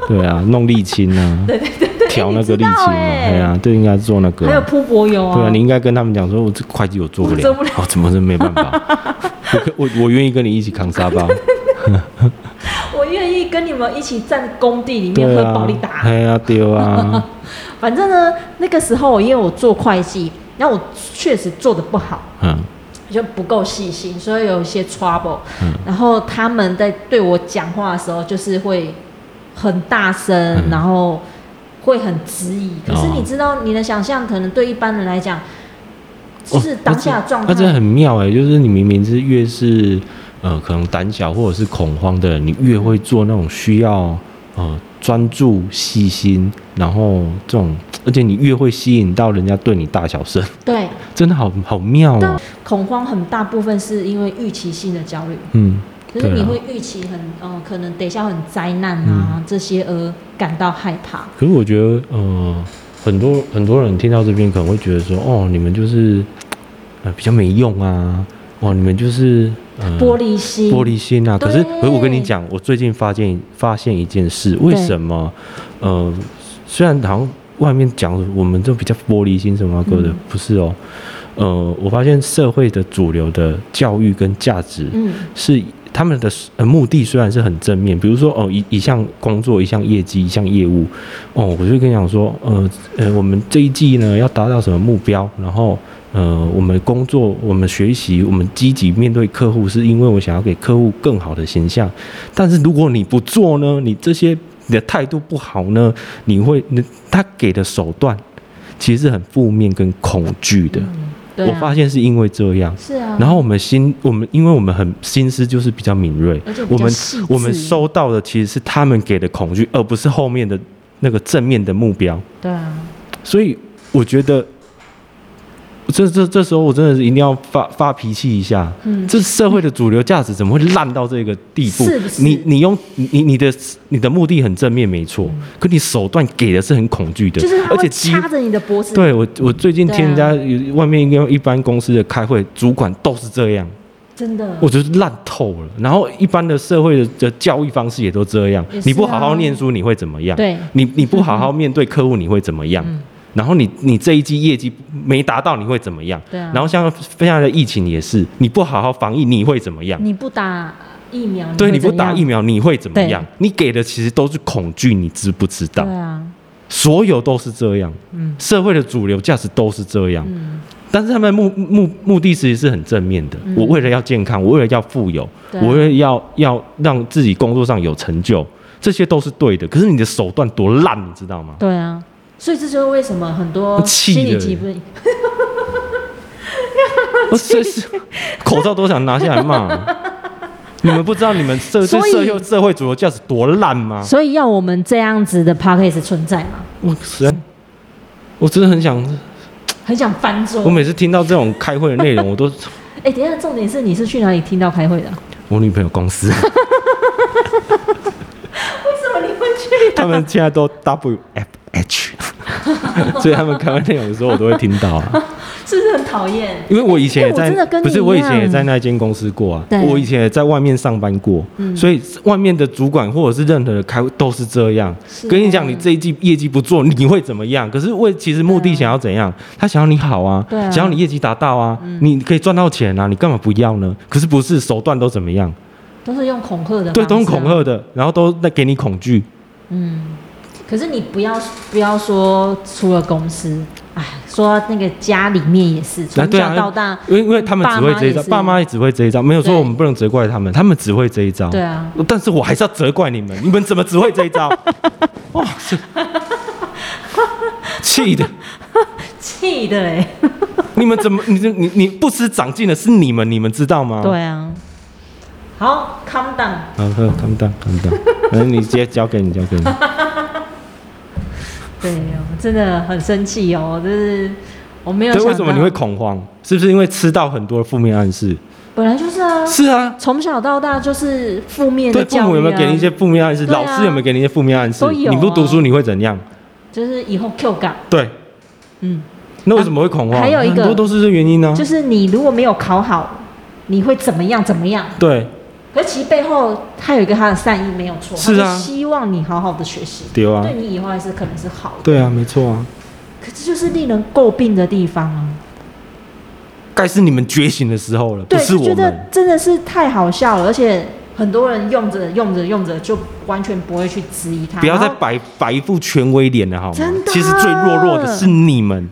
S1: 对啊，弄沥青啊，对对对，调那个沥青
S2: 你知道
S1: 啊，
S2: 欸
S1: 对啊，就应该做那个
S2: 还有
S1: 啊。
S2: 铺柏油啊，
S1: 对啊，你应该跟他们讲说，我这会计我做不
S2: 我
S1: 了，
S2: 做不了
S1: 哦，怎么是没办法？ 我可我我愿意跟你一起扛沙包，
S2: 我愿意跟你们一起站工地里面
S1: 对
S2: 喝
S1: 啊
S2: 暴力，打。
S1: 哎呀丢 啊，
S2: 反正呢，那个时候因为我做会计，然后我确实做的不好，
S1: 嗯
S2: 就不够细心，所以有一些 trouble。
S1: 嗯
S2: 然后他们在对我讲话的时候，就是会很大声，
S1: 嗯
S2: 然后会很质疑。可是
S1: 哦
S2: 你知道，你的想象可能对一般人来讲，就
S1: 哦
S2: 是当下的状态。
S1: 那真的很妙哎、就是你明明是越是呃可能胆小或者是恐慌的人，你越会做那种需要呃专注、细心，然后这种，而且你越会吸引到人家对你大小声，
S2: 对，
S1: 真的好好妙哦、
S2: 但恐慌很大部分是因为预期性的焦虑，
S1: 嗯，
S2: 就是
S1: 对
S2: 你
S1: 啊嗯
S2: 会预期很，呃，可能等一下很灾难啊、这些而感到害怕。
S1: 可是我觉得呃很多很多人听到这边可能会觉得说，哦，你们就是呃比较没用啊，哦，你们就是呃
S2: 玻璃心，
S1: 玻璃心啊！可是，
S2: 对
S1: 可是我跟你讲，我最近发现发现一件事，为什么？呃，虽然好像外面讲我们都比较玻璃心什么啊哥的，
S2: 嗯
S1: 不是哦。呃，我发现社会的主流的教育跟价值
S2: 嗯，
S1: 是他们的呃目的虽然是很正面，比如说哦一一项工作、一项业绩、一项业务，哦，我就跟你讲说，呃呃，我们这一季呢要达到什么目标，然后呃，我们工作、我们学习、我们积极面对客户，是因为我想要给客户更好的形象。但是如果你不做呢，你这些你的态度不好呢，你会你他给的手段其实是很负面跟恐惧的。
S2: 嗯对、啊，
S1: 我发现是因为这样，
S2: 是啊，
S1: 然后我们心，我们因为我们很心思就是比较敏锐
S2: 而且，比较
S1: 我们
S2: 细致
S1: 我们收到的其实是他们给的恐惧，而不是后面的那个正面的目标。
S2: 对啊，
S1: 所以我觉得这这这时候我真的是一定要发发脾气一下，
S2: 嗯
S1: 这社会的主流价值怎么会烂到这个地步？
S2: 是不是
S1: 你你用你你的你的目的很正面没错，可你手段给的是很恐惧的，
S2: 嗯就是他
S1: 而
S2: 会
S1: 且几乎
S2: 掐着你的脖子，
S1: 对我我最近
S2: 对啊
S1: 听人家有外面一个一般公司的开会，主管都是这样，
S2: 真的，
S1: 我觉得烂透了。然后一般的社会的的教育方式也都这样，
S2: 也是啊
S1: 你不好好念书你会怎么样？
S2: 对嗯
S1: 你你不好好面对客户你会怎么样？然后你你这一季业绩没达到你会怎么样？
S2: 对啊
S1: 然后像现在的疫情也是，你不好好防疫你会怎么样？
S2: 你不打疫苗，
S1: 对，你
S2: 会
S1: 不
S2: 怎样
S1: 打疫，苗你会怎么
S2: 对
S1: 样？你给的其实都是恐惧，你知不知道
S2: 对？啊，
S1: 所有都是这样，
S2: 嗯
S1: 社会的主流价值都是这样。
S2: 嗯，
S1: 但是他们目目目的其实是很正面的。
S2: 嗯
S1: 我为了要健康，我为了要富有，
S2: 对啊
S1: 我为了要要让自己工作上有成就，这些都是对的。可是你的手段多烂，你知道 吗？
S2: 对啊，所以这就是为什么很多
S1: 气
S2: 心理
S1: 人
S2: 疾病，
S1: 我随 时口罩都想拿下来骂。你们不知道你们社
S2: 所
S1: 这
S2: 以
S1: 社会社会主流价值多烂吗？
S2: 所以要我们这样子的 p a c k a g e 存在嘛，
S1: 我实在，我真的很想，
S2: 很想翻桌
S1: 我。每次听到这种开会的内容，我都
S2: 哎、等一下，重点是你是去哪里听到开会的啊、
S1: 我女朋友公司，
S2: 为什么你会去？
S1: 他们现在都 W F H，所以他们开会内容的时候我都会听到啊。
S2: 是不是很讨厌？
S1: 因为我以前也在，
S2: 哎因为我真的跟你
S1: 不是我以前
S2: 一样嗯
S1: 也在那间公司过啊
S2: 对，
S1: 我以前也在外面上班过，
S2: 嗯
S1: 所以外面的主管或者是任何的开会都是这样。
S2: 是啊
S1: 跟你讲，你这一季业绩不做，你会怎么样？可是为其实目的
S2: 对啊
S1: 想要怎样？他想要你好啊，
S2: 对啊嗯
S1: 想要你业绩达到啊，你可以赚到钱啊，你干嘛不要呢？可是不是手段都怎么样？
S2: 都是用恐吓的、啊
S1: 对，都是恐。吓的，然后都在给你恐惧。
S2: 嗯，可是你不要不要说除了公司，哎，说那个家里面也是，
S1: 那
S2: 从
S1: 对
S2: 小
S1: 啊，
S2: 到大，
S1: 因为因为他们只会这一招，爸
S2: 爸妈
S1: 妈也只会这一招，没有说
S2: 对
S1: 我们不能责怪他们，他们只会这一招。
S2: 对啊，
S1: 但是我还是要责怪你们， 你们怎么只会这一 招？哇，这气的！
S2: 气的哎、
S1: 你们怎么你你你不思长进的是你们，你们知道吗？，
S2: 对啊，好，calm down。
S1: 好，喝，他们当，他们当， 反哎正你直接交给你，交给你。
S2: 对哦，真的很生气哦，就是我没有
S1: 对，
S2: 想到。
S1: 为什么你会？恐慌？是不是因为吃到很多负面暗示？
S2: 本来就是啊，
S1: 是啊，
S2: 从小到大就是负面
S1: 对
S2: 的
S1: 父
S2: 教育、啊、
S1: 母有没有给你一些负面暗示？
S2: 对啊
S1: 老师有没有给你一些负面暗示？
S2: 都有啊
S1: 你不读书你会怎样？
S2: 就是以后 Q 感，
S1: 对，
S2: 嗯，
S1: 那为什么会恐慌？
S2: 还有一个
S1: 很多都是这原因呢、啊
S2: 就是你如果没有考好，你会怎么样怎么样？
S1: 对，
S2: 可其实背后他有一个他的善意，没有错，
S1: 是啊
S2: 他希望你好好的学习，
S1: 丢啊
S2: 对，你以后还是可能是好的。
S1: 对啊，没错啊。
S2: 可这就是令人诟病的地方啊！
S1: 该是你们觉醒的时候了，不
S2: 对，
S1: 是
S2: 就
S1: 我
S2: 觉得啊
S1: 们。
S2: 真的是太好笑了，而且很多人用着用着用着就完全不会去质疑他。
S1: 不要再
S2: 然后
S1: 摆摆一副权威脸了，好吗
S2: 真？的啊
S1: 其实最弱弱的是你 们。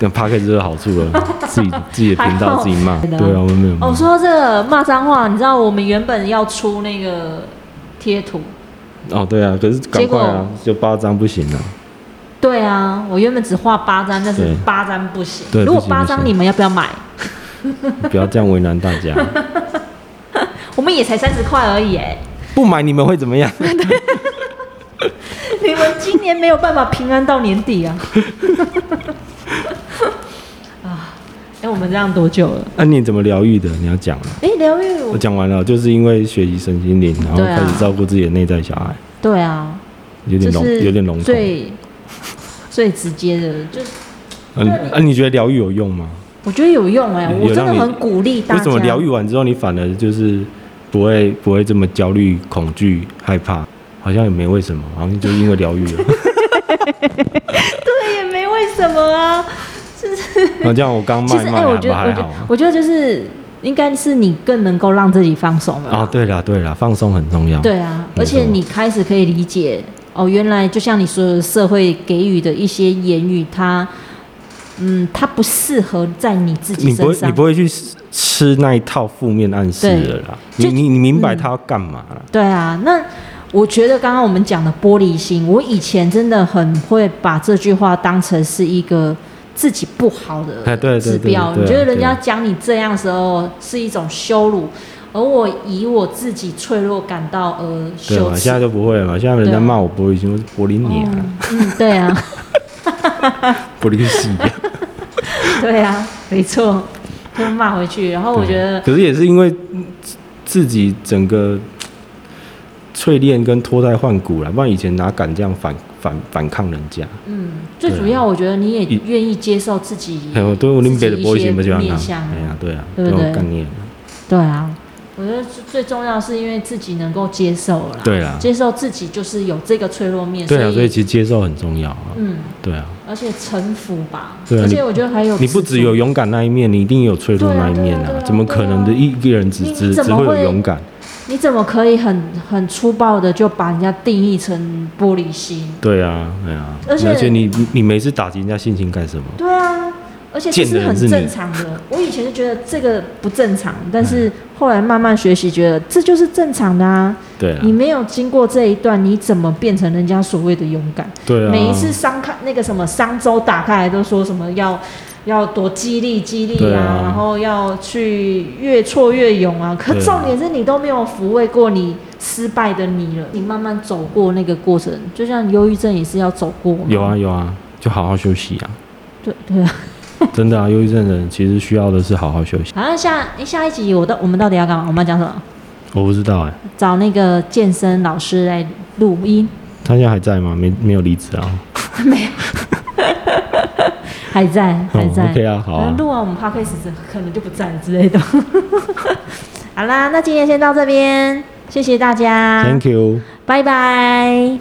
S1: 跟 p a r k 这个好处了，自己自己的频
S2: 还
S1: 道
S2: 好
S1: 自己骂，
S2: 真的
S1: 对啊，我们没有骂
S2: 哦，。说到这个骂脏话，你知道我们原本要出那个贴图，
S1: 哦，对啊，可是赶
S2: 结果
S1: 快啊，就八张不行了。
S2: 对啊，我原本只画八张，但
S1: 对
S2: 是八张不行。
S1: 对
S2: 如果
S1: 不行
S2: 八
S1: 不行
S2: 张，你们要不要买？
S1: 不要这样为难大家。
S2: 我们也才三十块而 已，哎，
S1: 不买你们会怎么样？
S2: 你们今年没有办法平安到年底啊！ 啊，哎、我们这样多久了？
S1: 啊那你怎么疗愈的？你要讲啊。
S2: 哎、疗愈我
S1: 我讲完了，就是因为学习身心灵，然后
S2: 对啊
S1: 开始照顾自己的内在小孩，
S2: 对啊，
S1: 有
S2: 这
S1: 点笼，
S2: 是
S1: 有点笼统。
S2: 最最直接的，就是
S1: 嗯，啊，你觉得疗愈有用吗？
S2: 我觉得有用哎、
S1: 有
S2: 我真的
S1: 让你
S2: 很鼓励大
S1: 为
S2: 家。
S1: 什么疗愈完之后，你反而就是不会不会这么焦虑、恐惧、害怕？好像也没为什么，好像就是因为疗愈 了。
S2: 对，也没为什么啊。
S1: 那这样我刚
S2: 其
S1: 骂
S2: 实
S1: 一
S2: 哎、
S1: 骂
S2: 我
S1: 还
S2: 觉得，我
S1: 还
S2: 觉
S1: 好
S2: 得
S1: 啊，。
S2: 我觉得就是应该是你更能够让自己放松了。
S1: 啊，对啦对啦，放松很重要。
S2: 对啊，
S1: 没
S2: 而且
S1: 错
S2: 你开始可以理解哦，原来就像你说的，社会给予的一些言语，它，嗯，它不适合在你自己
S1: 你不
S2: 身
S1: 会你
S2: 上
S1: 不。会去吃那一套负面暗示
S2: 对
S1: 了啦。你
S2: 就
S1: 你你明白他要干嘛啦？
S2: 对啊，那我觉得刚刚我们讲的玻璃心，我以前真的很会把这句话当成是一个。自己不好
S1: 哎对对
S2: 的指标，
S1: 对对
S2: 你觉得人
S1: 对
S2: 家讲你这样的时候是一种羞辱，而我以我自己脆弱感到而
S1: 对啊
S2: 羞
S1: 嘛？
S2: 耻
S1: 现在。就不会了嘛。现在人
S2: 对
S1: 家
S2: 啊
S1: 骂我玻璃心，我是玻璃你啊。
S2: 嗯，对啊。
S1: 不吝惜啊。
S2: 对啊，没错，就骂回去。然后哦我觉得，
S1: 啊可是也是因为自自己整个淬炼跟脱胎换骨了，不然以前哪敢这样反反反抗人家？
S2: 嗯，最主要我觉得你也愿意接受自己，
S1: 啊嗯哎，我对我林北的波形不喜欢
S2: 面
S1: 他，
S2: 向
S1: 哎呀，对啊，
S2: 对不
S1: 这种
S2: 对
S1: 概念，
S2: 对啊。我觉得最最重要是因为自己能够接受啦，
S1: 对啦，
S2: 接受自己就是有这个脆弱面，
S1: 对啊，所以其实接受很重要啊，
S2: 嗯，
S1: 对啊，
S2: 而且臣服吧，
S1: 对啊
S2: 而且我觉得还有
S1: 你不只有勇敢那一面，你一定有脆弱
S2: 对啊
S1: 那一面
S2: 对啊对啊
S1: 怎么可能的
S2: 对啊
S1: 一一个人只
S2: 你
S1: 只
S2: 怎
S1: 只
S2: 么
S1: 会有
S2: 会
S1: 勇敢？
S2: 你怎么可以很很粗暴的就把人家定义成玻璃心？
S1: 对啊，哎呀，
S2: 而且
S1: 而且你你你每次打击人家心情干什么？
S2: 对啊，而且
S1: 贱
S2: 这
S1: 的
S2: 是
S1: 人
S2: 很
S1: 是你嗯
S2: 正常的。我以前就觉得这个不正常，但是后来慢慢学习，觉得这就是正常的啊。
S1: 对啊
S2: 你，没有经过这一段，你怎么变成人家所谓的勇敢？
S1: 对啊，
S2: 每一次商开那个什么商周打开来，都说什么要要多激励激励
S1: 对
S2: 啊，
S1: 啊
S2: 然后要去越挫越勇啊。可
S1: 对啊
S2: 重点是你都没有抚慰过你失败的你了，你慢慢走过那个过程，就像忧郁症也是要走过嘛。
S1: 有啊，有啊，就好好休息啊。
S2: 对对啊。
S1: 真的啊，忧郁症的人其实需要的是好好休息。
S2: 好像下诶下一集我到我们到底要干嘛？我们要讲什么？
S1: 我不知道哎、
S2: 找那个健身老师来录音，
S1: 他现在还在吗？没没有离职啊？
S2: 还在还在。
S1: 哦、OK 啊，好
S2: 可能
S1: 啊，
S2: 录完我们 podcast 可能就不在了之类的。 好啦，那今天先到这边，谢谢大家啊
S1: Thank you。
S2: 拜拜。